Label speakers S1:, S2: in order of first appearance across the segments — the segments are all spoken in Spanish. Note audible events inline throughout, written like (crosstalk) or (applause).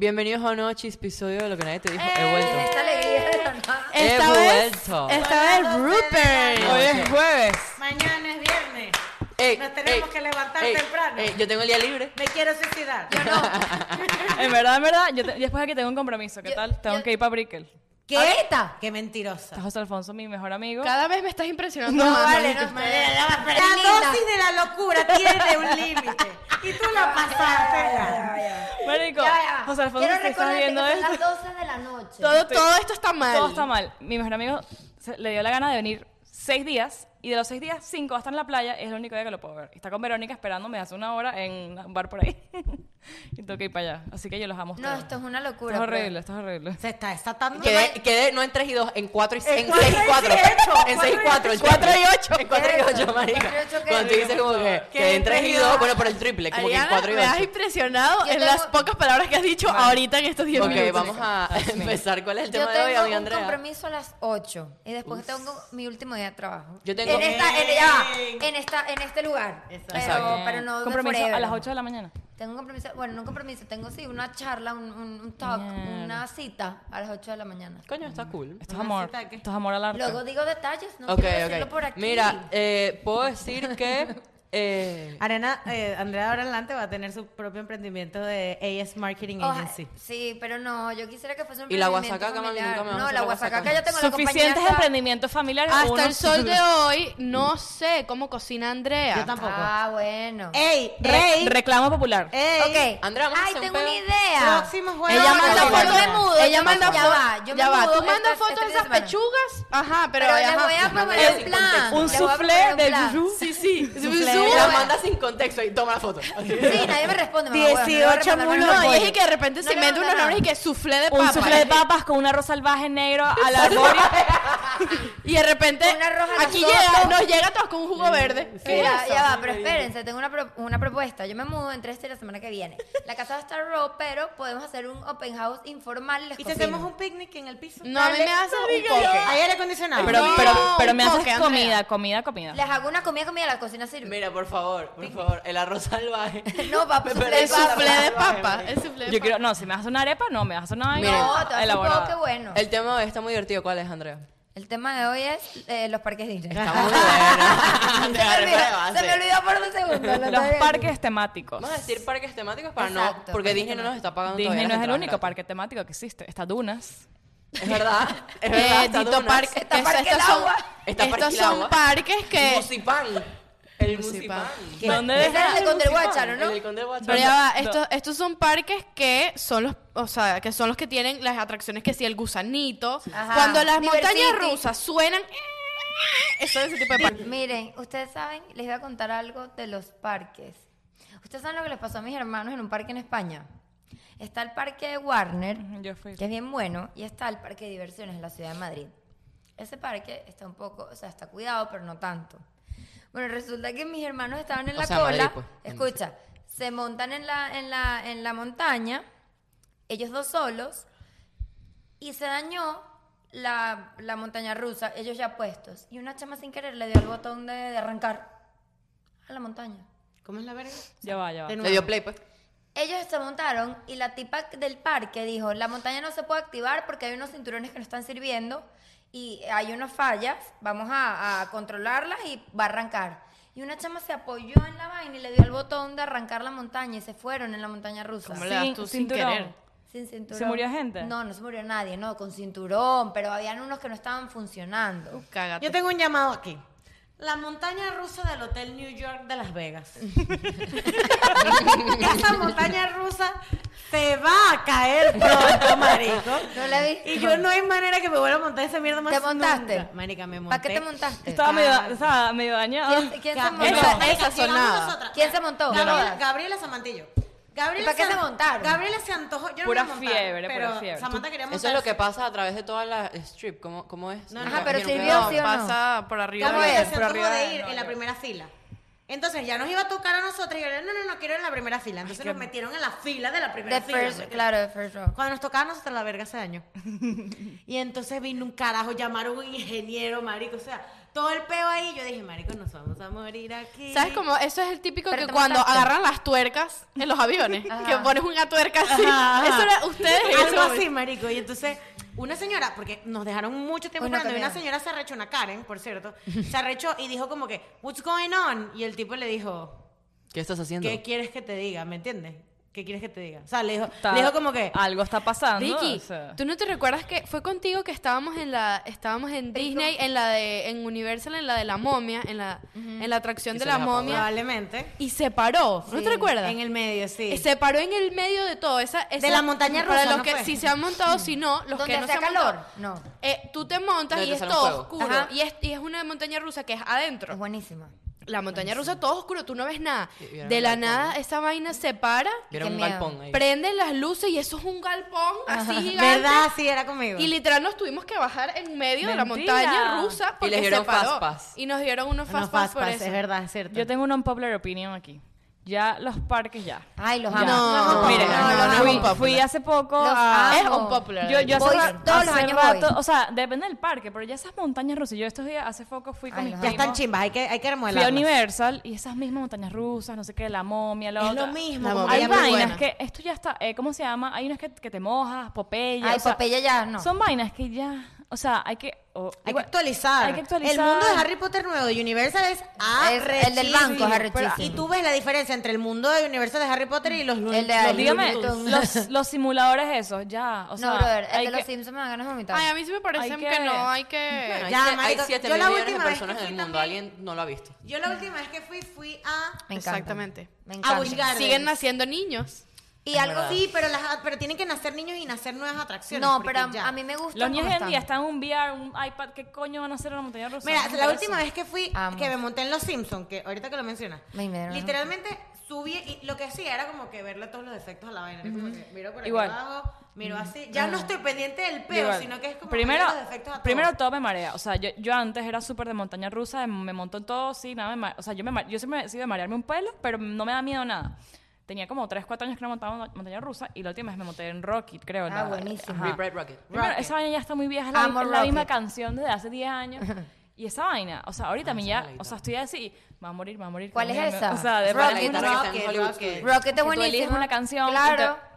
S1: Bienvenidos a un nuevo episodio de lo que nadie te dijo. He
S2: En
S1: vuelto.
S2: esta alegría de la nada.
S3: Eh,
S1: He
S4: Esta vez,
S1: vuelto.
S4: esta vez Rupert.
S1: Hoy
S3: Hoy
S1: es
S3: es jueves.
S5: Mañana es viernes.
S1: Ey,
S5: Nos tenemos
S1: ey,
S5: que levantar
S1: ey,
S5: temprano.
S1: ey, yo tengo el día libre.
S5: Me quiero suicidar.
S2: Yo
S1: (laughs)
S2: no.
S3: En verdad, en verdad, yo te- después aquí tengo un compromiso. ¿Qué
S2: Yo-
S3: tal? Tengo
S2: yo-
S3: que ir para Brickell.
S2: ¿Qué? ¿Ahorita?
S5: Qué
S3: Está
S5: mentirosa.
S3: José Alfonso, mi mejor amigo.
S4: Cada vez me estás impresionando.
S2: No,
S3: No,
S2: vale,
S3: manito,
S2: no.
S5: La
S2: La
S5: dosis de la locura tiene un límite. Y tú la pasaste.
S3: Marico, José Alfonso,
S2: Quiero
S3: si estás
S2: recordarte que
S3: viendo
S2: son
S3: esto,
S2: las 12 de la noche.
S4: Todo, todo esto está mal.
S3: todo está mal. Mi mejor amigo se- le dio la gana de venir seis días y de los seis días, cinco va a estar en la playa. Es el único día que lo puedo ver. Está con Verónica esperándome hace una hora en un bar por ahí. (laughs) y tengo que ir para allá. Así que yo los amo. a
S2: No,
S3: ustedes.
S2: esto es una locura. pues.
S3: Esto es horrible, esto es horrible.
S5: Se está desatando.
S1: Quedé, quedé no en 3 y 2, en 4 y 6 en
S5: cuatro
S1: 6 y
S5: y
S1: 4.
S5: siete,
S1: En 6 y
S5: cuatro y
S1: 4. En 4 y 8. En 4 y
S2: Eso,
S1: 8, marica.
S2: cuatro y ocho, ¿qué?
S1: Cuando tú dices como que quedé en 3 y 2, bueno, pero el triple, como que en
S4: Ariana,
S1: 4 y
S4: me has
S1: 8.
S2: Yo
S4: impresionado en
S2: tengo-
S4: las pocas palabras que has dicho ahorita en estos 10
S1: Ok,
S4: minutos.
S1: vamos a empezar. ¿Cuál es el
S2: Yo
S1: tema de hoy,
S2: tengo
S1: amiga
S2: un
S1: Andrea?
S2: compromiso a las 8 y después tengo mi último día de trabajo.
S1: Yo tengo-
S2: en, esta, en, ya va, en, esta, en este lugar.
S1: Exacto.
S2: Pero, pero no de
S3: Compromiso
S2: forever.
S3: a las 8 de la mañana.
S2: Tengo un compromiso, bueno, no un compromiso, tengo sí una charla, un, un, un talk,
S3: Mierda.
S2: una cita a las 8 de la mañana.
S1: Coño, está cool.
S3: Esto es amor. Esto es amor al arte.
S2: Luego digo detalles, no
S1: Ok,
S2: quiero decirlo por
S1: ok.
S2: aquí.
S1: Mira, eh, puedo decir que. eh,
S5: Arena, eh, Andrea ahora en adelante va a tener su propio emprendimiento de AS Marketing
S2: Oja-
S5: Agency.
S2: sí, pero no, yo quisiera que fuese un
S1: Y la
S2: emprendimiento
S1: guasacaca, mami,
S2: familiar.
S1: nunca me vas a
S2: No,
S1: hacer
S2: la
S1: guasacaca.
S2: guasacaca yo tengo la compañía
S3: Suficientes
S2: esta-
S3: emprendimientos familiares. o
S4: Hasta el
S3: unos-
S4: sol
S1: (laughs)
S4: de hoy, no sé cómo cocina Andrea.
S5: Yo tampoco.
S2: Ah, bueno.
S5: ¡Ey!
S3: Re-
S5: ¡Rey!
S3: reclamo popular.
S2: Eh,
S5: ¡Ey!
S2: ok.
S1: Andrea, vamos a
S2: Ay,
S1: hacer un
S2: tengo una
S1: pedo.
S2: idea.
S5: Próximo jueves.
S4: Ella
S2: No, no,
S4: manda
S2: no,
S4: fotos.
S2: yo me mudo,
S4: ella
S2: yo me
S4: manda
S2: mudo. Ya
S4: fotos.
S2: va, yo me
S4: ya va.
S2: mudo
S4: Tú mandas
S2: este-
S4: fotos
S2: este
S4: de
S2: fin de
S4: esas
S2: semana.
S4: pechugas. Ajá, pero.
S2: Pero les
S4: ajá.
S2: voy a proponer
S1: sin
S2: el plan.
S1: contexto.
S3: Un
S2: Les voy a proponer
S3: soufflé
S2: un
S3: de
S2: plan.
S3: yuyu.
S4: Ah. Sí, sí.
S2: Tú,
S1: La
S2: eh.
S1: manda sin contexto y toma la foto.
S2: Sí, nadie me responde. mamá, huevona, no le voy a
S5: 18
S2: responder, no le voy a
S4: No, y
S2: responder.
S4: es que de repente
S2: No
S4: se
S2: le
S4: inventan
S2: manda
S4: unos nombres y
S2: nada.
S4: que soufflé de
S3: Un
S4: papas.
S3: soufflé de papas con un arroz salvaje negro al arborio.
S4: (laughs) Y de repente
S2: Una roja
S4: aquí
S2: gaseosa.
S4: llega, nos llega a todos con un jugo verde. ¿Qué es
S2: Mira,
S4: eso?
S2: ya va, pero espérense, tengo una, pro- una propuesta. Yo me mudo entre este y la semana que viene. La casa va a estar raw, pero podemos hacer un open house informal y les
S5: ¿Y te
S2: cocino.
S5: hacemos un picnic en el piso?
S4: No, a mí me haces un poke.
S5: Hay aire acondicionado.
S3: Pero,
S4: No,
S3: pero, pero me
S4: un
S3: haces
S4: poke, Andrea.
S3: comida, comida, comida.
S2: Les hago una comida, comida, la cocina sirve.
S1: Mira, por favor, por favor, el arroz salvaje.
S2: (laughs) No, papi,
S1: Me perdí
S4: El
S2: papas.
S4: soufflé de papa.
S1: marico.
S4: El soufflé de
S3: Yo quiero,
S4: papa.
S3: no, si me haces una arepa, no, me haces una vaina
S2: no, te vas a un
S3: elaborada.
S2: poco, qué bueno.
S1: El tema de hoy está muy divertido. ¿Cuál es, Andrea?
S2: El tema de hoy es eh, los parques Disney.
S1: Está (laughs) muy bueno.
S2: se,
S1: Te
S2: me
S1: agarré
S2: olvidó,
S1: pruebas,
S2: se me
S1: sí.
S2: olvidó por un segundo. lo
S3: Los
S2: estoy viendo.
S3: parques temáticos.
S1: Vamos a decir parques temáticos para no.
S2: Exacto,
S1: Porque
S2: parques
S1: Disney no nos está pagando
S3: Disney
S1: todavía
S3: no
S1: las
S3: es el
S1: entradas
S3: único
S1: gratis.
S3: parque temático que existe. Está Dunas.
S1: Es verdad. Es verdad.
S4: Eh,
S1: está
S4: Tito
S1: Dunas.
S4: Parque.
S2: Está
S4: que
S2: Parque
S4: estos
S2: el
S4: son,
S2: Agua.
S1: Está Parque
S4: estos
S1: el
S4: son
S1: Agua.
S4: parques que.
S1: Musipán. El Musipán.
S4: Musipán.
S3: ¿Dónde
S2: Ese
S3: dejas?
S2: es el de Conde del Guácharo,
S1: El
S2: ¿no?
S1: del Conde de Guacharo.
S4: Pero ya va,
S3: No.
S4: estos, estos son parques que son los, o sea, que son los que tienen las atracciones que sí, el gusanito.
S2: Ajá.
S4: Cuando las
S2: Diversity.
S4: montañas rusas suenan, eh, eso es ese tipo de parques.
S2: Miren, ustedes saben, les voy a contar algo de los parques. Ustedes saben lo que les pasó a mis hermanos en un parque en España. Está el parque de Warner,
S3: Yo fui.
S2: que es bien bueno, y está el parque de diversiones en la ciudad de Madrid. Ese parque está un poco, o sea, está cuidado, pero no tanto. Bueno, resulta que mis hermanos estaban en
S1: O
S2: la
S1: sea,
S2: cola.
S1: Madrid, pues.
S2: Escucha, se montan en la, en, la, en la montaña, ellos dos solos, y se dañó la, la montaña rusa, ellos ya puestos. Y una chama sin querer le dio el botón de, de arrancar a la montaña.
S5: ¿Cómo es la verga?
S3: Ya va, ya va.
S5: De nuevo.
S1: Le dio play, pues.
S2: Ellos se montaron y la tipa del parque dijo, la montaña no se puede activar porque hay unos cinturones que no están sirviendo y hay unas fallas, vamos a, a controlarlas y va a arrancar. Y una chama se apoyó en la vaina y le dio el botón de arrancar la montaña y se fueron en la montaña rusa.
S4: ¿Cómo le das
S3: Sin-
S4: tú sin
S3: cinturón.
S4: querer?
S2: Sin cinturón.
S3: ¿Se murió gente?
S2: No, no se murió nadie, no, con cinturón, pero habían unos que no estaban funcionando.
S4: Cágate.
S5: Yo tengo un llamado aquí. La montaña rusa del Hotel New York de
S2: (laughs)
S5: Las Vegas. Esa montaña rusa se va a caer pronto, marico.
S2: No la vi.
S5: Y yo no hay manera que me vuelva a montar esa mierda más
S2: ¿Te montaste?
S5: nunca. Marica, me monté.
S2: ¿Para qué te montaste?
S3: Estaba medio,
S5: Claro.
S3: estaba medio dañado.
S2: ¿Quién, quién se
S5: Ga-
S2: montó?
S5: Esa-
S4: Marica,
S5: esa
S4: llegamos
S5: sonada.
S4: nosotras.
S2: ¿Quién se montó?
S5: Gabriela,
S2: Todas.
S5: Gabriela Samantillo.
S2: ¿Y
S5: Gabriela
S2: para qué
S5: Sam-
S2: se montaron?
S5: Gabriela se antojó. Yo no
S3: Pura
S5: me iba a montar,
S3: fiebre,
S5: pero
S3: pura fiebre.
S5: Samantha quería montar.
S1: Eso es lo que pasa a través de toda la strip. ¿Cómo, cómo es?
S5: No,
S1: Yo
S5: ajá, pero
S1: yo
S2: sirvió,
S1: puedo-
S2: sí o no?
S4: pasa Ah, por arriba.
S2: ¿Cómo
S5: Gabriela
S2: es?
S5: se
S3: Por
S5: antojó
S3: arriba
S5: de
S3: de
S5: ir
S3: Nueva
S5: en la
S3: York.
S5: primera fila. Entonces ya nos iba a tocar a nosotros y yo no, no, no quiero ir en la primera fila. Entonces nos metieron en la fila de la primera
S2: The
S5: fila.
S2: first,
S5: marica.
S2: claro, the first row.
S5: Cuando nos tocaba a nosotros la verga hace daño. Y entonces vino un carajo, llamaron a un ingeniero, marico. O sea, todo el peo ahí. Yo dije, marico, nos vamos a morir aquí.
S4: ¿Sabes cómo? Eso es el típico
S2: Pero
S4: que
S2: te
S4: cuando
S2: mataste.
S4: agarran las tuercas en los aviones,
S2: Ajá.
S4: que pones una tuerca así.
S5: Ajá, ajá.
S4: Eso era ustedes. en ese
S5: Algo así,
S4: momento.
S5: marico. Y entonces, una señora, porque nos dejaron mucho tiempo
S2: Uy, no,
S5: esperando, y
S2: qué
S5: una
S2: miedo.
S5: señora se arrechó, una Karen, por cierto, se arrechó y dijo como que, what's going on? Y el tipo le dijo,
S1: ¿Qué estás haciendo?
S5: ¿qué quieres que te diga? ¿Me entiendes? ¿Qué quieres que te diga? O sea, le dijo,
S3: Está-
S5: le dijo como que,
S3: Algo está pasando.
S4: Vicky,
S3: o sea.
S4: ¿tú no te recuerdas que fue contigo que estábamos en la estábamos en Disney, en la de en Universal, en la de la momia, en la en la atracción
S1: Y
S4: de
S1: se
S4: la
S1: les apagó.
S4: momia
S5: probablemente.
S4: y se paró? ¿No
S5: Sí,
S4: te recuerdas?
S5: En el medio, sí.
S4: Y Eh, Se paró en el medio de todo esa, esa-
S5: la montaña rusa,
S4: Para los
S5: ¿no
S4: que
S5: fue?
S4: si se han montado, si no, los
S2: Donde
S4: que no se
S2: hacía
S4: han
S2: calor.
S4: montado.
S2: No.
S4: eh, tú te montas
S1: Donde
S4: y es
S1: salen
S4: todo
S1: fuego.
S4: oscuro
S2: Ajá.
S4: y es, y es una montaña rusa que es adentro.
S3: Ah.
S2: Es buenísima.
S4: La montaña rusa todo oscuro, tú no ves nada.
S1: Sí, vieron
S4: De
S1: el
S4: la
S1: galpón.
S4: nada esa vaina se para,
S1: Vieron
S2: Qué
S1: un
S2: miedo.
S1: galpón ahí.
S4: prenden las luces y eso es un galpón así gigante.
S5: ¿Verdad? Sí, era conmigo.
S4: Y literal nos tuvimos que bajar en medio de la
S3: Mentira.
S4: montaña rusa
S1: Y
S4: porque
S1: les dieron
S4: se paró.
S1: fastpass.
S4: Y nos dieron unos
S5: No,
S4: fast
S5: fast
S4: por
S5: pass,
S4: eso.
S5: es verdad, es cierto.
S3: Yo tengo una unpopular opinion aquí. Ya los parques ya.
S2: Ay, los
S3: Ya.
S2: amo.
S4: No,
S3: Miren,
S4: no, no, no,
S3: fui,
S4: es unpopular.
S3: fui hace poco
S2: Los
S3: a...
S4: Es
S2: amo.
S4: unpopular.
S3: Yo, yo hace,
S2: Voy
S3: ra-
S2: todos los
S3: hace
S2: años
S3: rato,
S2: voy.
S3: o sea, depende del parque, pero ya esas montañas rusas, yo estos días hace poco fui con
S2: Ay,
S3: mis
S2: los
S5: ya
S3: primos,
S5: están chimbas, hay que, hay
S3: Fui
S5: que
S3: a
S5: remodelarlas.
S3: Universal y esas mismas montañas rusas, no sé qué, la momia, la
S5: Es
S3: otra.
S5: lo mismo.
S4: La
S5: como
S4: mamá
S5: que
S3: Hay
S5: ya
S4: muy
S5: me-
S3: vainas
S4: buena.
S3: que, esto ya está, eh, ¿cómo se llama? Hay unas que, que te mojas, Popeye.
S2: Ay,
S3: o sea,
S2: Popeye ya no.
S3: Son vainas que ya, o sea, hay que... o-
S5: Hay que
S3: igual-
S5: actualizar.
S3: Hay que actualizar.
S5: El mundo de Harry Potter nuevo de Universal es
S2: Es- el del banco es
S5: arrechísimo.
S2: arrechísimo.
S5: ah, Y tú ves la diferencia entre el mundo de Universal de Harry Potter y los lu-
S2: El de
S5: los
S2: Harry
S3: Dígame,
S5: Looney Tunes.
S3: los, los simuladores esos, ya, o sea...
S2: no, brother, el
S3: hay
S2: de los
S3: que-
S2: Simpsons me dan ganas de vomitar.
S4: Ay, a mí sí me parece
S3: Hay
S4: que...
S3: que-
S4: no, hay que...
S1: Bueno, hay,
S5: Ya,
S1: siete- hay
S5: marico,
S1: 7
S5: yo la
S1: millones de
S5: última vez que
S1: personas en el
S5: fui
S1: mundo.
S5: también-
S1: Alguien no lo ha visto.
S5: Yo la última vez que fui, fui a...
S2: me encanta.
S4: Exactamente.
S2: Me
S5: A
S2: encanta.
S5: buscar. Gardens.
S4: Siguen naciendo niños.
S2: Y
S5: Y
S2: algo
S5: algo sí, pero, las, pero tienen que nacer niños y nacer nuevas atracciones.
S2: No,
S5: porque
S2: pero a,
S5: ya.
S2: a mí me gusta.
S3: Los niños
S2: cómo
S3: hoy en día
S2: están.
S3: están en un VR, un iPad, ¿qué coño van a hacer en la montaña rusa? No
S5: Mira,
S3: me
S5: la
S3: interesa.
S5: última vez que fui,
S2: Amo.
S5: que me monté en Los Simpsons, que ahorita que lo mencionas,
S2: Ay, me dieron
S5: literalmente subí y lo que hacía era como que verle todos los defectos a la vaina. Era como que miro por aquí
S3: Igual.
S5: abajo, miro así. Ya no estoy pendiente del
S3: Yo
S5: peo,
S3: igual.
S5: sino que es como
S3: primero,
S5: verle los defectos a todos.
S3: primero todo me marea. O sea, yo, yo antes era súper de montaña rusa, de- me monto en todo, sí, nada me ma- O sea, yo, me, ma- yo siempre he sido de marearme un pelo, pero no me da miedo nada. Tenía como 3, 4 años que no montaba en montaña rusa y la última vez me monté en Rocket, creo.
S2: Ah,
S3: la-
S2: buenísimo.
S3: ajá.
S1: Rip Red Rocket.
S3: Primero,
S5: Rocket.
S3: esa vaina ya está muy vieja, es la,
S2: Amo
S3: es la misma
S2: Rocket.
S3: canción desde hace 10 años. Y esa vaina, o sea, ahorita a mí
S1: esa
S3: ya,
S1: me la
S3: o sea,
S1: quitaba.
S3: estoy así, me va a morir, me va a morir. me
S2: ¿Cuál
S3: va a
S2: es
S3: morir, me va-
S2: esa?
S3: O sea, de
S2: Rocket,
S1: La guitarra que está en
S5: Rocket,
S1: Hollywood
S5: Rocket.
S1: Studios.
S2: Rocket
S3: Que
S2: es
S3: tú eliges
S2: buenísimo.
S3: una canción. y
S2: Claro.
S3: te-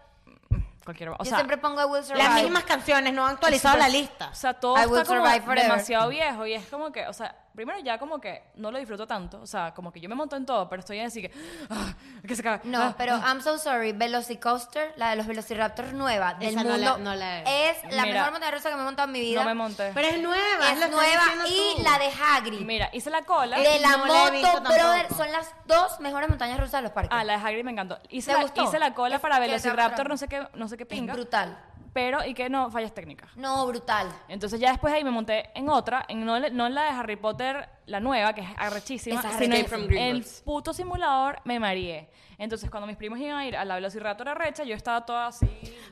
S3: Cualquier. O
S2: Yo
S3: sea,
S2: siempre pongo I Will Survive.
S5: Las mismas canciones, no han actualizado la lista.
S3: o sea, todo
S2: I will
S3: está como
S2: survive forever.
S3: demasiado viejo y es como que, o sea, primero ya como que no lo disfruto tanto, o sea, como que yo me monto en todo, pero estoy así que ah, que se acabe.
S2: No,
S3: ah.
S2: pero I'm so sorry. Velocicoaster, la de los Velociraptors nueva del
S5: Esa no
S2: mundo.
S5: la- no la he-
S2: Es la
S3: Mira,
S2: mejor montaña rusa que me he montado en mi vida.
S3: no me monté.
S5: pero es nueva,
S2: es nueva y la de Hagrid.
S3: Mira, hice la cola.
S2: de la
S5: No la he visto
S2: moto, brother.
S5: tampoco.
S2: Son las dos mejores montañas rusas de los parques.
S3: Ah, la de Hagrid me encantó. Hice,
S2: ¿Te
S3: la,
S2: gustó?
S3: hice la cola
S2: Es
S3: para
S2: que te
S3: Velociraptor,
S2: agarraron.
S3: no sé qué, no sé qué
S2: es
S3: pinga.
S2: brutal.
S3: Pero y que no fallas técnicas.
S2: No, brutal.
S3: Entonces ya después ahí me monté en otra, en no, no en la de Harry Potter, la nueva, que es arrechísima,
S2: Esa es
S1: arrechísima.
S3: sino en
S1: Came from
S3: el
S1: Gringotts.
S3: puto simulador me mareé. Entonces cuando mis primos iban a ir a la Velociraptor arrecha, yo estaba toda así.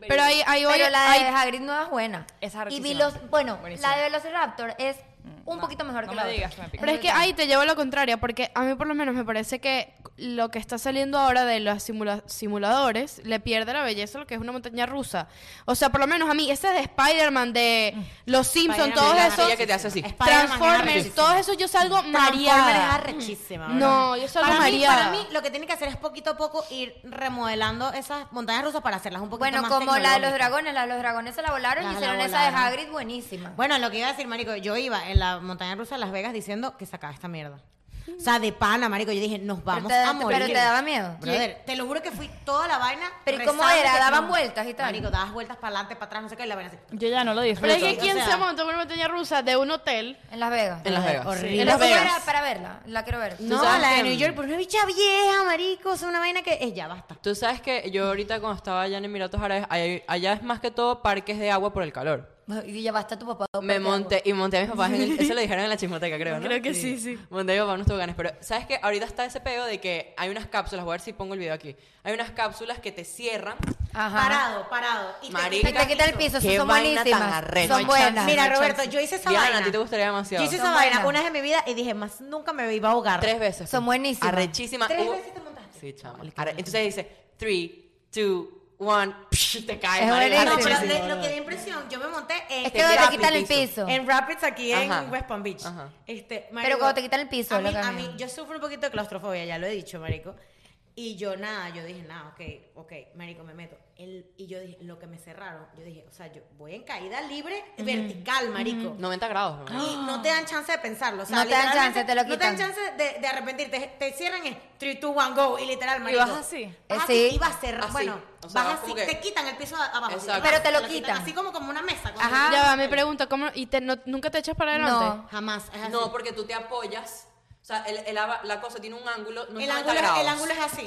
S4: Pero ahí, ahí voy...
S2: Pero la de
S4: ahí-
S2: Hagrid nueva es buena.
S3: Esa
S2: y
S3: arrechísima.
S2: Veloc- bueno,
S3: Buenísima.
S2: la de Velociraptor es un poquito mejor
S3: no
S2: que
S3: me
S2: la otra.
S3: digas que me pica.
S4: Pero es que
S2: brutal.
S4: ahí te llevo a la contraria, porque a mí por lo menos me parece que lo que está saliendo ahora de los simula- simuladores le pierde la belleza a lo que es una montaña rusa. O sea, por lo menos a mí, ese de Spider-Man, de Los Simpsons,
S5: Spider-Man
S4: todos
S5: es
S4: esos,
S1: Ella que te hace así.
S5: Spider-Man es
S4: Transformers,
S5: arrechísimo.
S4: todos esos yo salgo
S5: Transformers es
S4: mareada.
S5: arrechísima.
S4: No,
S5: bro.
S4: yo salgo
S5: para
S4: mareada.
S5: Mí, para mí, lo que tienen que hacer es poquito a poco ir remodelando esas montañas rusas para hacerlas un poquito
S2: Bueno,
S5: más
S2: como la de los
S5: tecnológicas.
S2: dragones, la de los dragones se la volaron
S5: Las
S2: y
S5: la
S2: hicieron esa de
S5: volaron.
S2: Hagrid buenísima.
S5: Bueno, lo que iba a decir, marico, yo iba en la montaña rusa de Las Vegas diciendo que sacaba esta mierda. O sea, de pana, marico, yo dije, nos vamos
S2: te-
S5: a morir.
S2: pero te daba miedo.
S5: Brother, te lo juro que fui toda la vaina.
S2: Pero ¿y cómo
S5: rezando
S2: era?
S5: que-
S2: ¿Daban
S5: no.
S2: vueltas y tal?
S5: Marico, dabas vueltas para adelante, para atrás, no sé qué, y la vaina así.
S3: Yo ya no lo disfruto.
S4: Pero es que
S5: o
S4: ¿quién
S5: sea-
S4: se monta en una montaña rusa de un hotel?
S2: en Las Vegas.
S1: En Las Vegas.
S5: Horrible.
S4: En
S2: ¿Y
S4: Las
S2: la
S4: Vegas.
S2: era para verla? La quiero ver.
S5: No,
S1: sabes
S5: la de
S1: que-
S5: New York, pero una bicha vieja, marico, es una vaina que eh, ya basta.
S1: Tú sabes que yo ahorita cuando estaba allá en Emiratos Árabes, ahí- allá es más que todo parques de agua por el calor.
S2: Y llevaste a tu papá.
S1: Me monté y monté a mis papás. En el- eso lo dijeron en la chismoteca, creo, ¿no?
S4: Creo que sí, sí.
S1: Monté a mis papás en unos toboganes. Pero, ¿sabes qué? Ahorita está ese peo de que hay unas cápsulas. Voy a ver si pongo el video aquí. Hay unas cápsulas que te cierran.
S2: Ajá.
S5: Parado, parado. Y te
S1: Marica,
S2: Te,
S5: quita
S2: te
S5: el
S2: quita el
S5: piso.
S2: piso,
S1: Qué
S2: son
S1: vaina tan
S2: buenísimas.
S1: arrecha. No hay
S2: Son buenas.
S1: chance,
S5: Mira, Roberto, yo hice esa
S1: Diana,
S5: vaina.
S1: a ti te gustaría demasiado.
S5: Yo hice
S2: Son
S5: esa vaina
S2: buenas.
S5: una vez en mi vida y dije, más nunca me iba a ahogar.
S1: Tres veces.
S2: Son buenísimas.
S1: Arrechísimas.
S5: Tres
S1: Hubo-
S5: veces te montaste.
S1: Sí, chama. Arre- Entonces dice, three, two, one, te caes.
S2: Es
S1: marica,
S5: No,
S2: buenísimo.
S5: pero
S1: arrechísimo.
S5: le- lo que da impresión, yo me monté en,
S2: Es
S1: Te
S2: que cuando
S1: quita
S2: te quitan el
S1: el piso.
S2: piso.
S5: Este en Rapids aquí
S1: Ajá.
S5: en West Palm Beach.
S1: Ajá.
S5: Este,
S2: cuando te quitan el piso,
S5: a
S2: lo
S5: mí,
S2: cambian.
S5: a mí- yo sufro un poquito de claustrofobia, ya lo he dicho, marico. Y yo nada, yo dije, nada, ok, ok, marico, me meto. El- y yo dije, lo que me cerraron, yo dije, o sea, yo voy en caída libre, vertical, marico.
S1: 90 grados. ¿no?
S5: Y no te dan chance de pensarlo. O sea,
S2: No te dan
S5: literalmente,
S2: chance, te lo
S5: No te dan
S2: quitan.
S5: chance de, de arrepentirte. Te, cierran en 3, 2, 1, go. Y literal,
S3: Y
S5: marico.
S3: vas así.
S5: Vas
S2: Eh,
S5: así,
S2: sí.
S5: y vas cerrar.
S1: Así.
S5: Bueno,
S1: O sea,
S5: vas
S1: vas
S5: así.
S1: como que-
S5: Te quitan el piso abajo.
S1: Exacto.
S2: Pero te lo quitan.
S5: Así como, como una mesa. como
S2: Ajá.
S5: que-
S4: Ya va, mi pregunta, ¿cómo? ¿Y te, no- nunca te echas para adelante?
S2: No.
S5: Jamás. Es así.
S1: No, porque tú te apoyas. O sea, el- el ava- la cosa tiene un ángulo. No es
S5: el,
S1: 90
S5: ángulo,
S1: grados.
S5: el ángulo es así.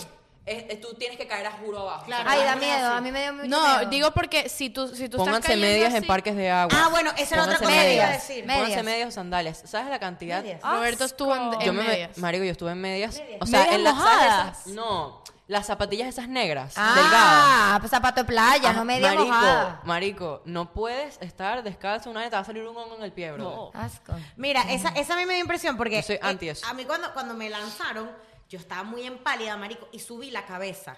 S1: Es- es- tú tienes que caer a juro abajo.
S5: Claro.
S2: Ay, da
S5: Así.
S2: miedo. A mí me dio mucho
S4: No,
S2: miedo.
S4: digo porque si tú, si tú estás
S1: Pónganse
S4: cayendo
S1: medias en
S4: así-
S1: parques de agua.
S5: Ah, bueno, esa era otra
S1: Pónganse
S5: cosa que iba a
S1: medias.
S5: decir.
S1: Pónganse
S2: Medias.
S1: medias o sandalias. ¿Sabes la cantidad?
S5: Medias.
S4: Roberto estuvo en, en
S1: Yo me,
S4: medias.
S1: Marico, yo estuve en medias. O sea,
S3: ¿Medias
S1: en las ¿sabes
S3: mojadas?
S1: esas? No, las zapatillas esas negras, delgadas.
S2: Ah, pues zapato de playa,
S1: Ajá,
S2: no media
S1: marico,
S2: mojada.
S1: Marico, no puedes estar descalzo una vez, te va a salir un hongo en el pie, bro.
S3: No.
S2: Asco.
S5: Mira, esa, esa a mí me dio impresión porque
S1: Yo soy
S5: eh,
S1: anti eso.
S5: a mí cuando, cuando me lanzaron, yo estaba muy empálida, marico, y subí la cabeza.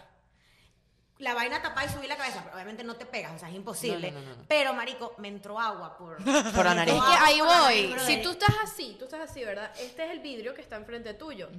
S5: La vaina tapada y subí la cabeza, pero obviamente no te pegas, o sea, es imposible.
S1: No, no, no, no.
S5: Pero, marico, me entró agua por,
S1: (laughs) Por la nariz.
S4: Es
S1: No,
S4: que ahí voy. Si
S5: Si
S4: tú estás así, tú estás así, ¿verdad? Este es el vidrio que está enfrente tuyo.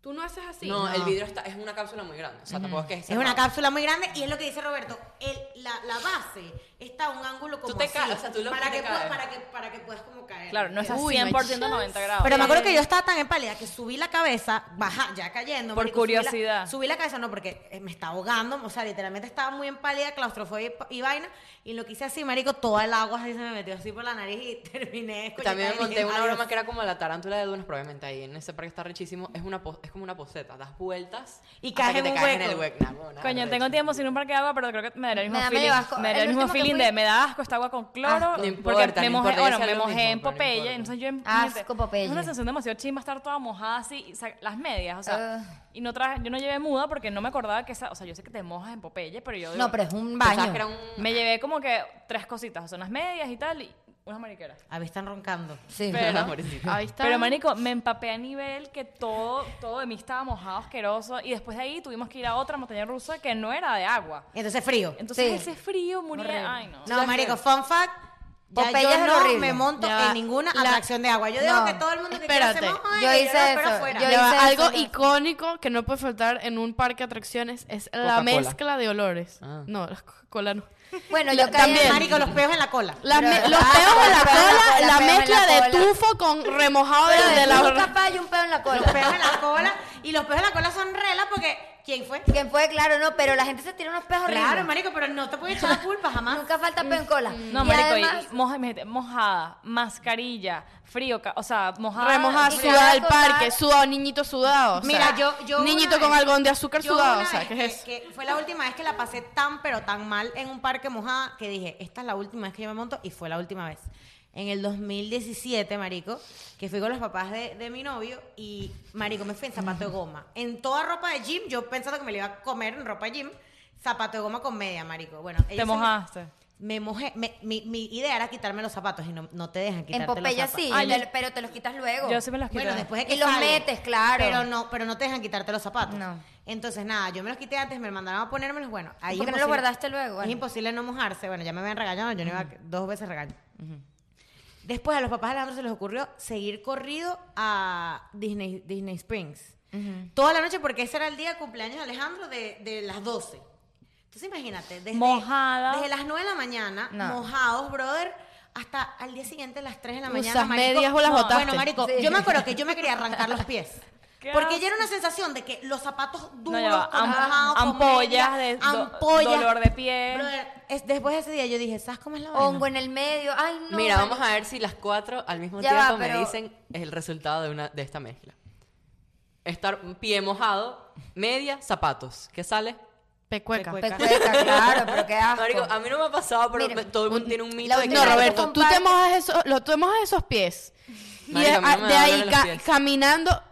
S4: Tú no haces así.
S1: No, el vidrio está, es una cápsula muy grande. O sea, tampoco es que
S5: Es una cápsula muy grande y es lo que dice Roberto. el- la, la base está a un ángulo como
S1: te
S5: así,
S1: caes, o sea, tú lo-
S5: para,
S1: te
S5: que
S1: caes.
S5: puedas- para, que, para que puedas como caer.
S3: Claro, no estás
S4: Uy,
S3: 100%
S4: no hay
S3: 90 grados.
S5: Pero me acuerdo que yo estaba tan empálida que subí la cabeza, baja, ya cayendo.
S3: Por
S5: subí la-
S3: curiosidad.
S5: Subí la, cabeza, no, porque eh, me estaba ahogando. O sea, literalmente estaba muy empálida, claustrofobia y, pa- y vaina. Y lo que hice así, marico, toda el agua así se me metió así por la nariz y (laughs) terminé. descoñetada
S1: También me
S5: y
S1: monté
S5: dije,
S1: una
S5: "Adiós".
S1: broma que era como la tarántula de dunas, probablemente ahí en ese parque está rechísimo. Es, una, po- es como una poseta, das vueltas
S5: Y
S1: hasta
S5: caes
S1: que
S5: en
S1: te
S5: un
S1: caes en
S5: hueco.
S1: el hueco. Nah, bueno,
S3: Coño,
S1: arrecho.
S3: tengo tiempo sin un parque de agua, pero creo que me daría el
S2: Me
S3: mismo
S2: da medio
S3: feeling.
S2: asco.
S3: Me daría
S2: El
S3: el mismo
S2: último que fui-
S3: feeling de me da asco esta agua con cloro.
S1: no
S3: porque
S1: importa,
S3: me
S1: no
S3: mojé,
S1: importa,
S3: bueno,
S1: yo
S3: me
S1: hice lo
S3: mojé en
S1: mismo, pero no
S3: Popeye,
S1: importa.
S3: entonces yo en
S2: Asco, Popeye.
S3: Es una sensación demasiado chimba estar toda mojada así, y sa- las medias, o sea,
S2: Ah.
S3: y no traje, yo no llevé muda porque no me acordaba que esa, o sea, yo sé que te mojas en Popeye, pero yo
S2: No, pero es un
S1: Pensaba
S2: baño.
S1: que (laughs) era un-
S3: me llevé como que tres cositas, o sea, unas medias y tal y unas mariqueras.
S5: A ver, están roncando.
S2: Sí.
S3: Pero-
S1: Pobrecito.
S4: Ahí está.
S3: Pero manico, me empapé a nivel que todo, todo de mí estaba mojado, asqueroso, y después de ahí tuvimos que ir a otra montaña rusa que no era de agua.
S5: Entonces, frío.
S3: Entonces
S2: Sí.
S3: ese frío murió. Ay, no.
S5: No, marico, fun fact. Ya
S2: Popeye
S5: yo
S2: es
S5: no
S2: horrible.
S5: me monto
S4: Ya va.
S5: en ninguna
S4: La-
S5: atracción de agua. Yo digo
S2: No,
S5: que todo el mundo que quiera se
S4: espérate.
S5: moja,
S2: Yo
S5: y
S2: hice
S5: lo espero
S2: eso.
S5: afuera.
S2: Yo
S4: Ya va,
S2: hice eso,
S4: algo
S2: yo-
S4: icónico que no puede faltar en un parque de atracciones es la
S1: Coca-Cola.
S4: mezcla de olores.
S1: Ah.
S4: No, la Coca-Cola no.
S2: Bueno,
S4: La-
S2: yo caí
S4: también.
S2: en-
S5: Marico, los peos en la cola.
S4: La
S2: Pero-
S4: me- los
S2: Ah,
S4: peos de la
S2: los peos en la
S4: cola,
S2: cola,
S4: la
S2: peos en la
S4: mezcla de
S2: cola.
S4: tufo con remojado
S2: Pero
S4: de, de
S2: tú
S4: la...
S2: capaz y un pedo en la
S5: Los peos
S2: cola.
S5: en la cola. Y los peos en la cola son relas porque. ¿Quién fue?
S2: (laughs) ¿Quién fue? Claro, no, pero la gente se tira unos peos horribles.
S5: Claro, marico, pero no te puedes echar la
S4: (laughs)
S5: culpa jamás.
S2: Nunca falta peo en cola.
S3: No,
S2: y
S3: marico, y-
S2: además,
S3: y moja- imagínate, mojada, mascarilla, frío, ca- o sea, mojada.
S4: Remojada,
S2: Y
S4: sudada
S2: cada
S4: al parque,
S2: cosa-
S4: sudado, niñito sudado. o sea,
S5: Mira, yo, yo
S4: Niñito
S5: una
S4: con
S5: vez-
S4: algodón de azúcar
S5: yo
S4: sudado,
S5: una
S4: o sea,
S5: vez
S4: ¿qué es eso?
S5: que- que fue la última vez que la pasé tan, pero tan mal en un parque mojada que dije, esta es la última vez que yo me monto y fue la última vez. En el 2017, marico, que fui con los papás de, de mi novio y, marico, me fui en zapato de goma. En toda ropa de gym, yo pensando que me la iba a comer en ropa de gym, zapato de goma con media, marico. Bueno,
S3: Te
S5: ellos se me-
S3: mojaste.
S5: Me mojé. me- mi, mi idea era quitarme los zapatos y no, no te dejan
S2: en
S5: quitarte los
S2: Popeye
S5: zapatos.
S2: sí,
S3: Ay,
S2: te-
S3: yo-
S2: pero te los quitas luego.
S3: Yo sí me los quité.
S5: Bueno, después de que
S2: Y los
S5: sale.
S2: metes, claro.
S5: Pero no, pero no te dejan quitarte los zapatos.
S2: No.
S5: Entonces, nada, yo me los quité antes, me mandaron a ponérmelos. Bueno, ahí
S2: ¿Por qué no
S5: imposible-
S2: los guardaste luego? Bueno.
S5: Es imposible no mojarse. Bueno, ya me habían regañado, yo no iba a- dos veces regaño. Después a los papás de Alejandro se les ocurrió seguir corrido a Disney, Disney Springs. Toda la noche, porque ese era el día de cumpleaños de Alejandro de, de las 12. Entonces imagínate, desde,
S3: Mojada.
S5: desde las 9 de la mañana,
S2: No.
S5: mojados, brother, hasta al día siguiente, las 3 de la mañana.
S4: Usas medias o las
S5: No,
S4: botaste.
S5: Bueno, marico,
S2: Sí.
S5: yo me acuerdo que yo me quería arrancar los pies.
S3: (laughs) Qué
S5: Porque
S3: asco.
S5: ya era una sensación de que los zapatos duros,
S3: ya va.
S5: con
S3: Am-
S5: mojado, con
S3: ampollas
S5: media,
S3: de- do- dolor de pie.
S5: Brother, es- después de ese día yo dije, ¿sabes cómo es la vaina?
S2: Hongo en el medio. Ay, no.
S1: Mira, vamos a ver si las cuatro al mismo
S2: Ya
S1: tiempo
S2: va, pero-
S1: me dicen el resultado de, una, de esta mezcla. Estar un pie mojado, media, zapatos. ¿Qué sale?
S4: Pecueca.
S5: Pecueca.
S2: Pecueca, claro, pero qué asco.
S1: Marico, a mí no me ha pasado, pero
S2: Mira,
S1: me- todo el mundo tiene un mito.
S2: la
S1: de que-
S2: última
S4: No,
S2: Claro,
S4: Roberto,
S2: con
S4: tú
S2: parte-
S4: te mojas, eso, lo, tú mojas esos pies. y
S1: Marica,
S4: de,
S1: a mí no me
S4: a-
S1: da
S4: de
S1: dolor
S4: ahí
S1: en los
S4: ca-
S1: pies.
S4: caminando.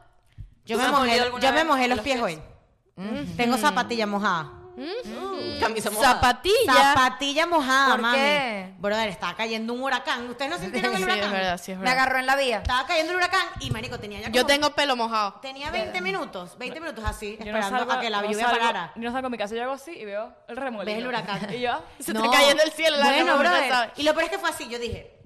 S5: Yo
S1: ¿Tú te
S5: me
S1: has
S5: mojé,
S1: molido alguna
S5: yo me
S1: vez
S5: mojé
S1: los
S5: los pies
S1: pies?
S5: hoy. Mm. Tengo zapatilla mojada.
S1: Camisa mojada.
S4: Zapatilla.
S5: Zapatilla mojada,
S2: ¿Por
S5: mami.
S2: qué?
S5: Brother, estaba cayendo un huracán. ¿Ustedes no sintieron
S4: Sí,
S5: el
S4: es
S5: huracán?
S4: verdad, sí, es
S2: Me
S4: verdad.
S2: agarró en la vía.
S5: Estaba cayendo el huracán y marico tenía ya
S4: Yo
S5: como-
S4: tengo pelo mojado.
S5: tenía 20 minutos, 20 minutos así
S3: Yo no
S5: esperando
S3: salgo-
S5: a que la
S3: no
S5: lluvia
S3: salgo-
S5: parara.
S3: Yo no salgo de mi casa, yo hago así y veo el remolino.
S5: Ves el huracán.
S3: (laughs) Y yo,
S4: (laughs) Se te cayendo el cielo, la
S5: bueno,
S4: verdad, no
S5: brother.
S4: sabe.
S5: Y lo peor es que fue así, yo dije,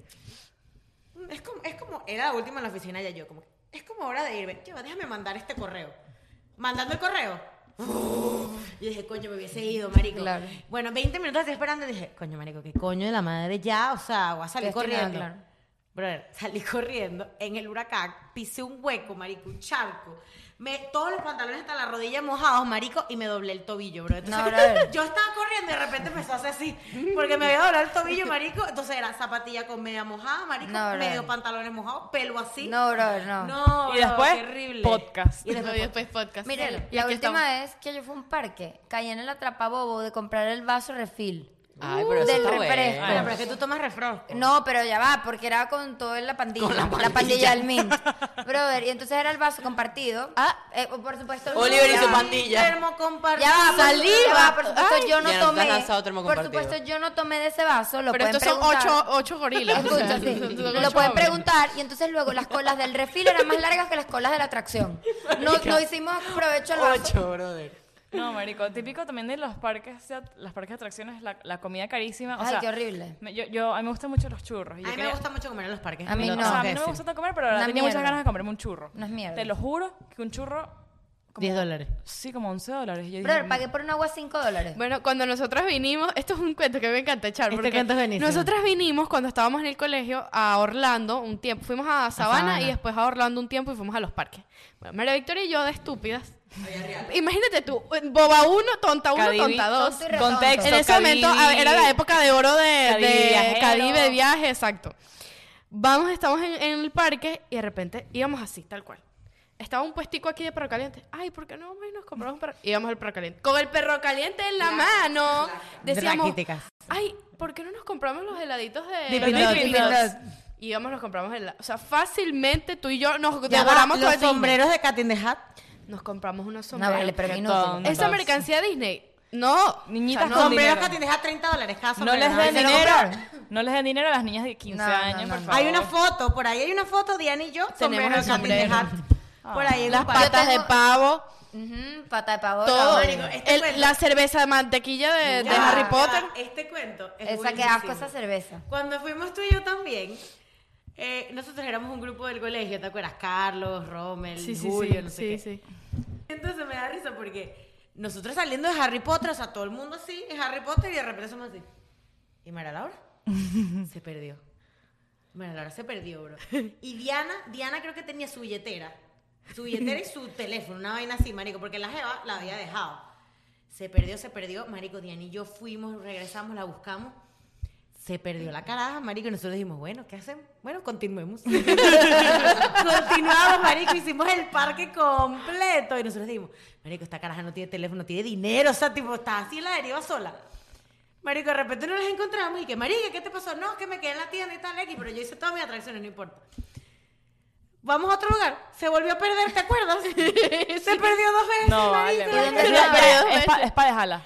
S5: "Mm, es como, es como era la última en la oficina ya yo, como que, es como hora de irme. Yo, déjame mandar este correo. Mandando el correo. Y dije, coño, me hubiese ido, marico.
S2: Claro.
S5: Bueno, 20 minutos así esperando y dije, coño, marico, que coño de la madre ya, o sea, voy a salir
S2: Destinado,
S5: corriendo.
S2: claro.
S5: Brother, salí corriendo en el huracán, pisé un hueco, marico, un charco. Me, todos los pantalones hasta la rodilla mojados, marico, y me doblé el tobillo, bro. Entonces,
S2: No, brother.
S5: (laughs) yo estaba corriendo y de repente empezó a hacer así, porque me había doblado el tobillo, marico. Entonces era zapatilla con media mojada, marico,
S2: No, brother.
S5: medio pantalones mojados, pelo así.
S2: No, brother, no.
S5: no
S3: Y
S5: bro,
S3: después,
S5: qué horrible.
S3: podcast.
S5: Y después,
S4: Y después pues, podcast.
S2: Miren,
S4: Y
S2: la
S4: aquí
S2: última
S4: estamos.
S2: vez que yo fui a un parque, caí en el atrapabobo de comprar el vaso refil. Uh,
S1: Ay, pero eso
S2: Del
S1: está
S2: refresco.
S5: Bueno,
S1: bueno.
S5: pero es que tú tomas refresco.
S2: No, pero ya va, porque era con toda la pandilla.
S1: Con la
S2: la pandilla.
S1: pandilla.
S2: del Mint. Brother, y entonces era el vaso compartido. Ah, por supuesto.
S1: Oliver y
S2: ya
S1: su
S2: va.
S1: pandilla.
S5: Termo compartido.
S2: Ya va, por-
S4: Saliva.
S2: ya va, por supuesto,
S4: Ay.
S1: Ya
S2: yo no
S1: no te has
S2: tomé.
S1: lanzado termo
S2: por
S1: compartido.
S2: supuesto, yo no tomé de ese vaso. Lo
S4: Pero
S2: pueden
S4: estos son
S2: preguntar.
S4: ocho, ocho (laughs) gorilas. o sea,
S2: Escucha, sí.
S4: son- son
S2: Lo
S4: ocho
S2: pueden
S4: hombres.
S2: preguntar y entonces luego las colas del refil eran más largas que las colas de la atracción. No, no hicimos provecho al vaso.
S1: Ocho, brother.
S3: no, marico, típico también de los parques, de at- las parques de atracciones, la, la comida carísima. O
S2: Ay,
S3: sea,
S2: qué horrible.
S3: me- yo, yo- a mí me gustan mucho los churros. y
S5: A
S3: yo
S5: mí me
S3: quería-
S5: gusta mucho comer en los parques.
S2: A mí
S5: Lo
S2: no.
S5: tengo
S3: O sea, a
S5: que
S3: mí no me
S5: decir.
S3: gusta tanto comer, pero ahora
S2: Una
S3: tenía muchas
S2: mierda.
S3: ganas de comerme un churro.
S2: Unas mierdas.
S3: Te lo juro que un churro,
S5: 10 dólares.
S3: sí, como 11 dólares. Yo dije,
S2: Brother,
S3: "Mm".
S2: pagué por un agua 5 dólares.
S4: Bueno, cuando nosotras vinimos, esto es un cuento que me encanta echar.
S5: Este
S4: porque
S5: cuento es buenísimo.
S4: Nosotras vinimos cuando estábamos en el colegio a Orlando un tiempo. Fuimos a Sabana,
S5: Sabana.
S4: y después a Orlando un tiempo y fuimos a los parques. Bueno, María Victoria y yo de estúpidas. Imagínate tú, boba uno, tonta uno,
S3: Cadivi-
S4: tonta dos.
S2: Tonto y retonto.
S3: Contexto.
S4: En ese momento a ver, era la época de oro de,
S3: Cadivi
S4: de
S3: viajero.
S4: Cadivi de viaje, exacto. Vamos, estamos en, en el parque y de repente íbamos así, tal cual. Estaba un puestico aquí de perro caliente. Ay, ¿por qué no vamos y nos compramos un perro? Íbamos al perro caliente. Con el perro caliente en la mano. Decíamos,
S5: Raquíticas.
S4: ay, ¿por qué no nos compramos los heladitos de...
S5: Dippin'
S4: Dippin'
S5: Dots.
S4: Dots?
S5: Dippin' Dots.
S4: Y íbamos, nos compramos helado. O sea, fácilmente tú y yo nos
S5: Ya va,
S4: devoramos todo
S5: los
S4: el Disney.
S5: sombreros de Cat in the Hat.
S4: Nos compramos unos
S2: No,
S4: sombreros.
S2: vale, pero a mí no.
S3: Perdón.
S2: señor.
S4: Esa mercancía Disney. No.
S3: Niñitas
S4: O sea,
S3: con
S4: no,
S5: sombreros
S3: dinero.
S5: Cat in the Hat, 30 dólares cada
S3: No
S5: sombrero.
S3: les den
S5: ¿Se lo
S3: dinero.
S5: compraron?
S3: No les den dinero a las niñas de 15
S2: No, no,
S3: años,
S2: no,
S3: por
S2: no.
S3: favor.
S5: Hay una foto, por ahí hay una foto, Diana y yo, sombrero
S4: el
S5: de Cat in the
S4: sombrero.
S5: Hat. Por ahí en
S4: Las
S5: un parque.
S4: patas
S2: tengo-
S4: de pavo,
S2: Ujú, pata de pavo.
S4: todo.
S2: la-
S5: marico, este
S4: El-
S5: cuento-
S4: la cerveza de mantequilla de, de
S5: Ya,
S4: Harry
S5: ya,
S4: Potter.
S5: Este cuento
S2: Esa
S5: es
S2: que
S5: buenísimo.
S2: asco esa cerveza.
S5: Cuando fuimos tú y yo también, eh, nosotros éramos un grupo del colegio, ¿te acuerdas? Carlos, Rommel, Julio, no sé qué. Entonces me da risa porque nosotros saliendo de Harry Potter, o sea, todo el mundo así, es Harry Potter y de repente somos así. ¿Y Mara Laura? Se perdió. Mara Laura se perdió, bro. Y Diana, Diana creo que tenía su billetera. Su billetera y su teléfono, una vaina así, marico, porque la jeva la había dejado. Se perdió, se perdió, marico, Diana y yo fuimos, regresamos, la buscamos. Se perdió la caraja, marico, y nosotros dijimos, bueno, ¿qué hacemos? Bueno,
S3: (laughs)
S5: continuemos. Continuamos, marico, hicimos el parque completo. Y nosotros dijimos, marico, esta caraja no tiene teléfono, no tiene dinero, o sea, tipo, está así en la deriva sola. Marico, de repente nos las encontramos y que, marica, ¿qué te pasó? No, que me quedé en la tienda y tal, X, pero yo hice todas mis atracciones, no importa. Vamos a otro lugar. Se volvió a perder,
S3: (laughs)
S5: ¿te acuerdas? Se perdió dos veces.
S3: No, vale.
S5: marico.
S2: ¿Y dónde
S3: Pero-
S2: está?
S3: pero es para dejarla.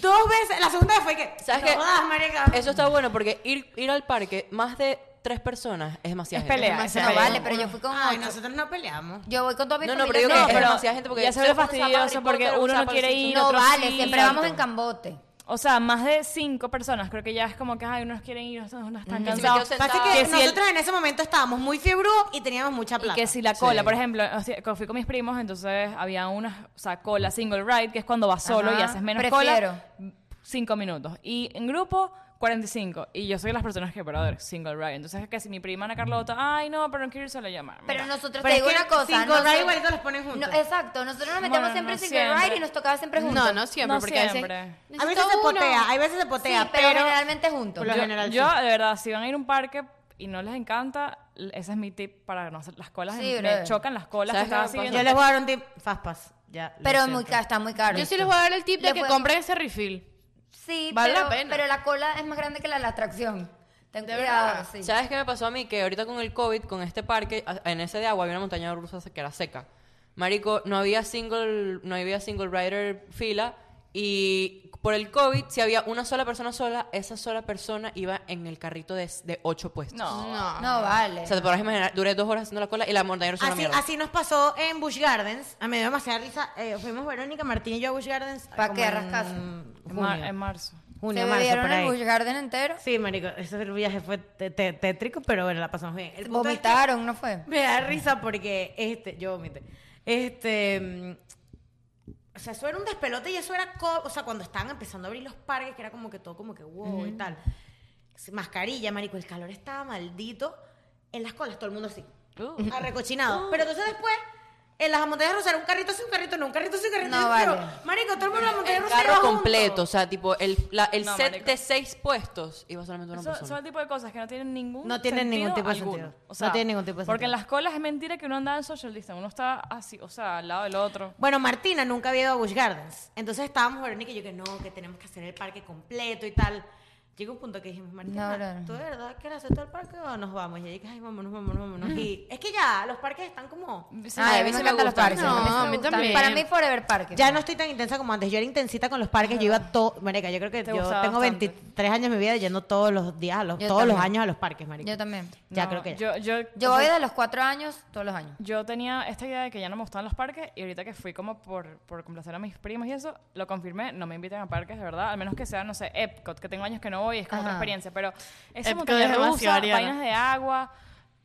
S5: Dos veces. La segunda vez fue que.
S1: ¿Sabes
S5: no
S1: qué?
S5: jodas, marica.
S1: Eso está bueno porque ir, ir al parque más de tres personas es demasiado.
S3: Es pelea.
S4: Demasiado.
S3: es
S2: No
S3: pelea.
S2: vale, pero yo fui con
S5: Ay,
S2: ocho.
S5: nosotros no peleamos.
S2: Yo voy con toda mi
S1: No, no, pero
S2: familia.
S1: yo creo
S3: No,
S1: que es
S3: pero
S1: demasiada gente porque
S3: ya se vuelve
S1: un zapato
S3: fastidioso
S1: Harry
S3: porque
S1: Potter, un
S3: uno no
S1: zapato
S3: quiere
S1: así,
S3: ir,
S2: No
S3: otro
S2: vale,
S3: sí,
S2: siempre vamos en
S3: exacto.
S2: cambote.
S3: O sea, más de cinco personas. Creo que ya es como que, ay, unos quieren ir, otros no están
S1: me
S3: cansados.
S1: quedo
S5: Pasa
S1: sentada.
S5: que,
S3: Que si el-
S5: nosotros en ese momento estábamos muy fiebrudos y teníamos mucha
S3: Y
S5: plata.
S3: que si la cola, por ejemplo, o sea, cuando fui con mis primos, entonces había unas, o sea, cola single ride, que es cuando vas solo
S2: Ajá,
S3: y haces menos
S2: prefiero.
S3: cola, cinco minutos. Y en grupo, 45. Y yo soy de las personas que, brother, single ride. Entonces, que si mi prima Ana Carlota, ay, no, pero no quiero ir sola, llamar.
S2: Pero nosotros te
S5: Pero
S2: digo
S5: es que
S2: una cosa.
S5: cinco
S2: nosotros-
S5: ride igualitos los ponen juntos.
S2: No, exacto, nosotros nos metemos
S3: Bueno,
S2: siempre en
S3: no
S2: single ride
S3: siempre.
S2: y nos tocaba siempre juntos.
S4: No, no siempre,
S3: No
S4: porque a veces-
S3: siempre.
S5: A veces se
S4: Necesito uno.
S5: potea, hay veces se
S2: Sí,
S5: potea,
S2: pero,
S5: pero.
S2: generalmente juntos.
S5: Por lo
S3: yo,
S5: general,
S3: yo,
S5: sí.
S3: de verdad, si van a ir a un parque y no les encanta, l- ese es mi tip para no hacer las colas.
S2: Sí,
S3: me
S2: brother.
S3: chocan las colas que
S1: ¿Sabes qué
S3: estaba
S1: me pasa?
S3: haciendo.
S5: Yo les voy a dar un tip. Fast pass. Ya, lo
S2: Pero es
S5: siento.
S2: muy ca- está muy caro.
S4: Yo sí les voy a dar el tip de
S2: Le
S4: que
S2: fue-
S4: compren ese refill.
S2: Sí,
S4: Vale
S2: pero,
S4: la pena.
S2: pero la cola es más grande que la de la atracción. Ten
S4: ¿De
S2: cuidado,
S4: verdad?
S2: sí.
S1: ¿Sabes qué me pasó a mí? Que ahorita con el COVID, con este parque, a- en ese de agua había una montaña rusa que era seca. Marico, no había single, no había single rider fila y por el COVID, si había una sola persona sola, esa sola persona iba en el carrito de, de ocho puestos.
S3: No.
S2: No vale.
S1: O sea, te podrás imaginar, duré dos horas haciendo la cola y la montaña rusa es una
S5: Así,
S1: mierda.
S5: así nos pasó en Bush Gardens. A mí me dio demasiada risa. Eh, fuimos Verónica Martín y yo a Bush Gardens.
S2: ¿Para
S5: como
S2: qué
S5: en
S2: rascazo?
S3: En,
S5: junio.
S3: mar- en marzo.
S5: Junio,
S2: Se
S5: marzo,
S2: bebieron
S5: por
S2: el
S5: ahí.
S2: Busch Garden entero.
S5: Sí, marico, ese viaje fue te- te- tétrico, pero bueno, la pasamos bien. El punto es que
S2: Vomitaron, ¿no fue? (laughs)
S5: me da risa porque este, yo vomité. Este, mm, o sea, eso era un despelote y eso era, co- o sea, cuando estaban empezando a abrir los parques, que era como que todo como que wow y tal. Mascarilla, marico, el calor estaba maldito en las colas, todo el mundo así
S3: Uh.
S5: arrecochinado. Pero entonces después, en las montañas rusas era un carrito así, un carrito no, un carrito así, un carrito
S2: No,
S5: así.
S2: vale.
S5: pero, marico, todo el mundo en las montañas
S1: El
S5: rusas
S1: carro
S5: iba junto.
S1: completo, o sea, tipo, el, la- el
S3: No,
S1: set
S3: marico.
S1: de seis puestos iba solamente una
S3: Eso-
S1: persona.
S3: son el tipo de cosas que no tienen ningún
S5: pues, No tienen ningún tipo de
S3: alguno.
S5: sentido.
S3: O sea,
S5: No tienen ningún tipo de
S3: Porque en
S5: sentido.
S3: las colas es mentira que uno anda en social distance. Uno está así, o sea, al lado del otro.
S5: Bueno, Martina nunca había ido a Busch Gardens. Entonces estábamos Verónica y yo que no, que tenemos que hacer el parque completo y tal. Llegó un punto que dijimos,
S2: No,
S5: Martina,
S2: no, no.
S5: ¿tú de verdad quieres hacer todo el parque o nos vamos? Y ella dije, ay, vámonos, vámonos, vámonos. Y es que ya, los parques están como...
S3: Sí,
S1: a
S2: Ay, a
S1: mí
S2: mí
S1: sí
S2: me
S1: me
S2: encantan los
S1: gustan.
S2: parques.
S4: No,
S2: me
S4: a mí
S2: gustan.
S4: también.
S2: Para mí Forever Park.
S5: Ya no estoy tan intensa como antes. Yo era intensita con los parques. Yo iba todo... Marica, yo creo que
S3: Te
S5: yo
S3: gustaba
S5: tengo
S3: bastante.
S5: 23 años de mi vida yendo todos los días, a los,
S2: Yo
S5: todos los
S2: también.
S5: años a los parques, marica.
S2: Yo también.
S5: Ya
S3: No,
S5: creo que ya.
S3: Yo, yo,
S2: Yo
S3: o
S2: voy
S3: sea,
S2: de los cuatro años todos los años.
S3: yo tenía esta idea de que ya no me gustaban los parques y ahorita que fui como por, por complacer a mis primos y eso, lo confirmé, no me invitan a parques, de verdad, al menos que sea, no sé, Epcot, que tengo años que no voy, es como otra
S2: Ajá.
S3: experiencia, pero esa
S4: Epcot
S3: montaña
S4: es demasiado
S3: rusa,
S4: Ariana.
S3: vainas de agua,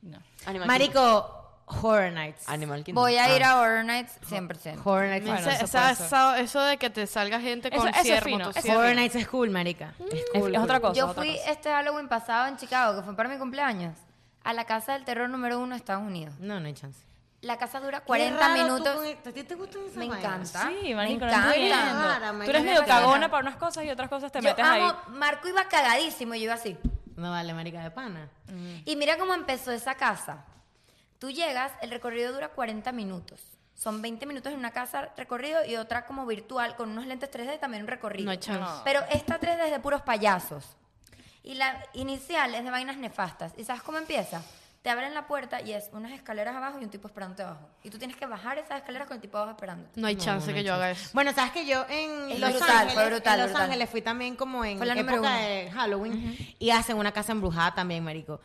S3: no.
S1: Animal Kingdom.
S5: Marico, Horror Nights.
S1: Animal Kingdom.
S2: Voy a ir
S1: Ah.
S2: a Horror Nights 100%.
S5: Horror Nights.
S3: Bueno,
S4: Ese-
S3: eso
S4: esa-
S3: puede ser.
S4: esa- eso de que te salga gente
S3: Eso-
S4: con
S3: eso es
S4: cierre,
S3: fino,
S4: motosierra.
S3: eso
S5: Horror Nights es cool, marica. Es
S3: Es,
S5: cool,
S3: es otra
S5: cool.
S3: cosa.
S2: Yo
S3: otra
S2: fui
S3: cosa.
S2: este Halloween pasado en Chicago, que fue para mi cumpleaños, a la casa del terror número uno de Estados Unidos.
S5: No, no hay chance.
S2: La casa dura
S5: Qué
S2: 40
S5: raro tú
S2: minutos.
S5: con el- ¿A ti te gustan esas
S2: Me
S5: vainas?
S2: encanta.
S3: Sí,
S2: me
S3: marico, no
S2: encanta.
S3: entiendo.
S5: Rara, marico,
S3: Tú eres
S5: me
S3: medio
S5: parece
S3: cagona
S2: rara.
S3: para unas cosas y otras cosas te
S2: Yo
S3: metes
S2: amo,
S3: ahí.
S2: Marco iba cagadísimo y yo iba así.
S5: No vale, marica de pana.
S2: Y mira cómo empezó esa casa. Tú llegas, el recorrido dura 40 minutos. Son 20 minutos en una casa recorrido y otra como virtual con unos lentes 3D también un recorrido.
S4: No hay chance.
S2: Pero esta 3D es de puros payasos. Y la inicial es de vainas nefastas. ¿Y sabes cómo empieza? Te abren la puerta y es unas escaleras abajo y un tipo esperándote abajo. Y tú tienes que bajar esas escaleras con el tipo abajo esperándote.
S4: No hay chance que yo haga eso.
S5: Bueno, sabes que yo en
S2: Es
S5: Los
S2: brutal,
S5: Ángeles,
S2: fue brutal,
S5: en Los
S2: brutal.
S5: Ángeles fui también como en
S2: Fue la número
S5: época
S2: uno.
S5: de Halloween y hacen una casa embrujada también, marico.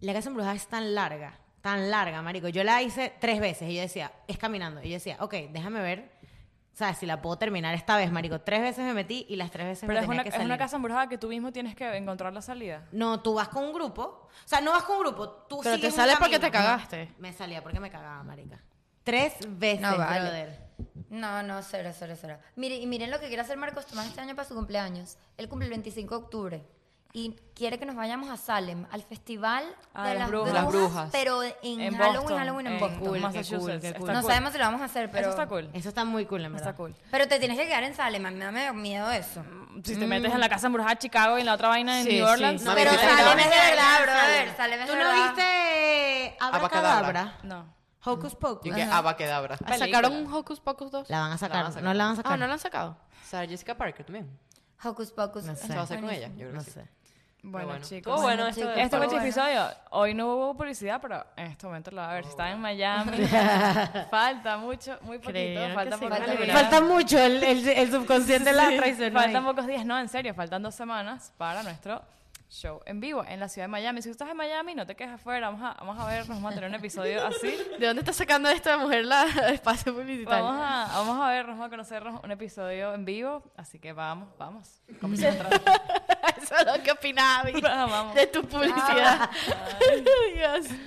S5: La casa embrujada es tan larga, tan larga, marico. Yo la hice tres veces y yo decía, es caminando. Y yo decía, ok, déjame ver, o sea, si la puedo terminar esta vez, marico. Tres veces me metí y las tres veces
S3: Pero
S5: me
S3: es
S5: tenía
S3: una,
S5: que
S3: es
S5: salir.
S3: una casa embrujada que tú mismo tienes que encontrar la salida.
S5: No, tú vas con un grupo. O sea, no vas con un grupo. Tú
S4: Pero
S5: sigues un
S4: te sale porque
S5: camino.
S4: te cagaste.
S5: Me salía porque me cagaba, marica. Tres veces,
S2: No, vale.
S5: brother.
S2: No, no, cero, cero, cero. Mire, y miren lo que quiere hacer Marcos Tomás este año para su cumpleaños. Él cumple el 25 de octubre y quiere que nos vayamos a Salem, al festival
S3: Ah,
S2: de
S3: las
S2: las
S3: brujas.
S2: brujas,
S1: Las brujas.
S2: pero en,
S3: En
S2: Halloween,
S3: Boston,
S2: Halloween en
S3: en
S2: Boston.
S3: Cool,
S5: cool,
S3: Massachusetts.
S5: qué
S3: Está
S5: cool.
S2: No
S3: cool.
S2: sabemos si lo vamos a hacer, pero
S3: Eso está cool.
S5: Eso está muy cool, en verdad.
S3: Está cool.
S2: Pero te tienes que quedar en Salem, a mí me da miedo eso.
S3: Si te metes en la casa embrujada de Chicago y en la otra vaina en
S4: Sí,
S3: New Orleans.
S4: sí.
S1: No,
S2: pero
S1: sí, sí,
S2: Salem
S1: sí.
S2: es de verdad, brother. Salem es
S5: ¿Tú
S2: de
S5: no
S2: verdad.
S5: viste eh, Abracadabra?
S1: Abracadabra.
S3: No.
S5: Hocus Pocus.
S1: Y que abacadabra.
S4: Ah, ¿Sacaron un Hocus Pocus 2?
S5: La van a sacar.
S1: La van a sacar.
S5: No la van a sacar.
S4: Ah, ¿no lo han sacado?
S1: Sarah Jessica Parker también.
S2: Hocus Pocus.
S5: No sé.
S1: ¿Se va a hacer con ella? Yo creo
S5: No
S1: que sí.
S5: sé.
S3: Bueno,
S1: bueno,
S3: chicos.
S1: estuvo bueno esto
S3: este
S1: de-
S3: fue el
S2: Estuvo
S3: episodio. Hoy no hubo publicidad, pero en este momento la va a ver. Si están en Miami, falta mucho, muy poquito.
S4: Creo que
S3: falta
S4: sí,
S3: por
S2: falta
S3: terminar.
S2: Mira.
S5: Falta mucho el, el, el subconsciente
S4: (laughs)
S5: la traición.
S3: Faltan pocos días, no, en serio, faltan dos semanas para nuestro show en vivo en la ciudad de Miami. Si tú estás en Miami, no te quedes afuera, vamos a, vamos a ver, vamos a tener un episodio así.
S4: ¿De dónde está sacando esta mujer la (laughs) espacio publicitario? (laughs)
S3: Vamos a, vamos a ver, vamos a conocernos un episodio en vivo, así que vamos, vamos. Como si nosotros-
S4: Eso es lo que opinaba
S3: (laughs) Vamos. Ah.
S4: de tu publicidad. (laughs) Dios.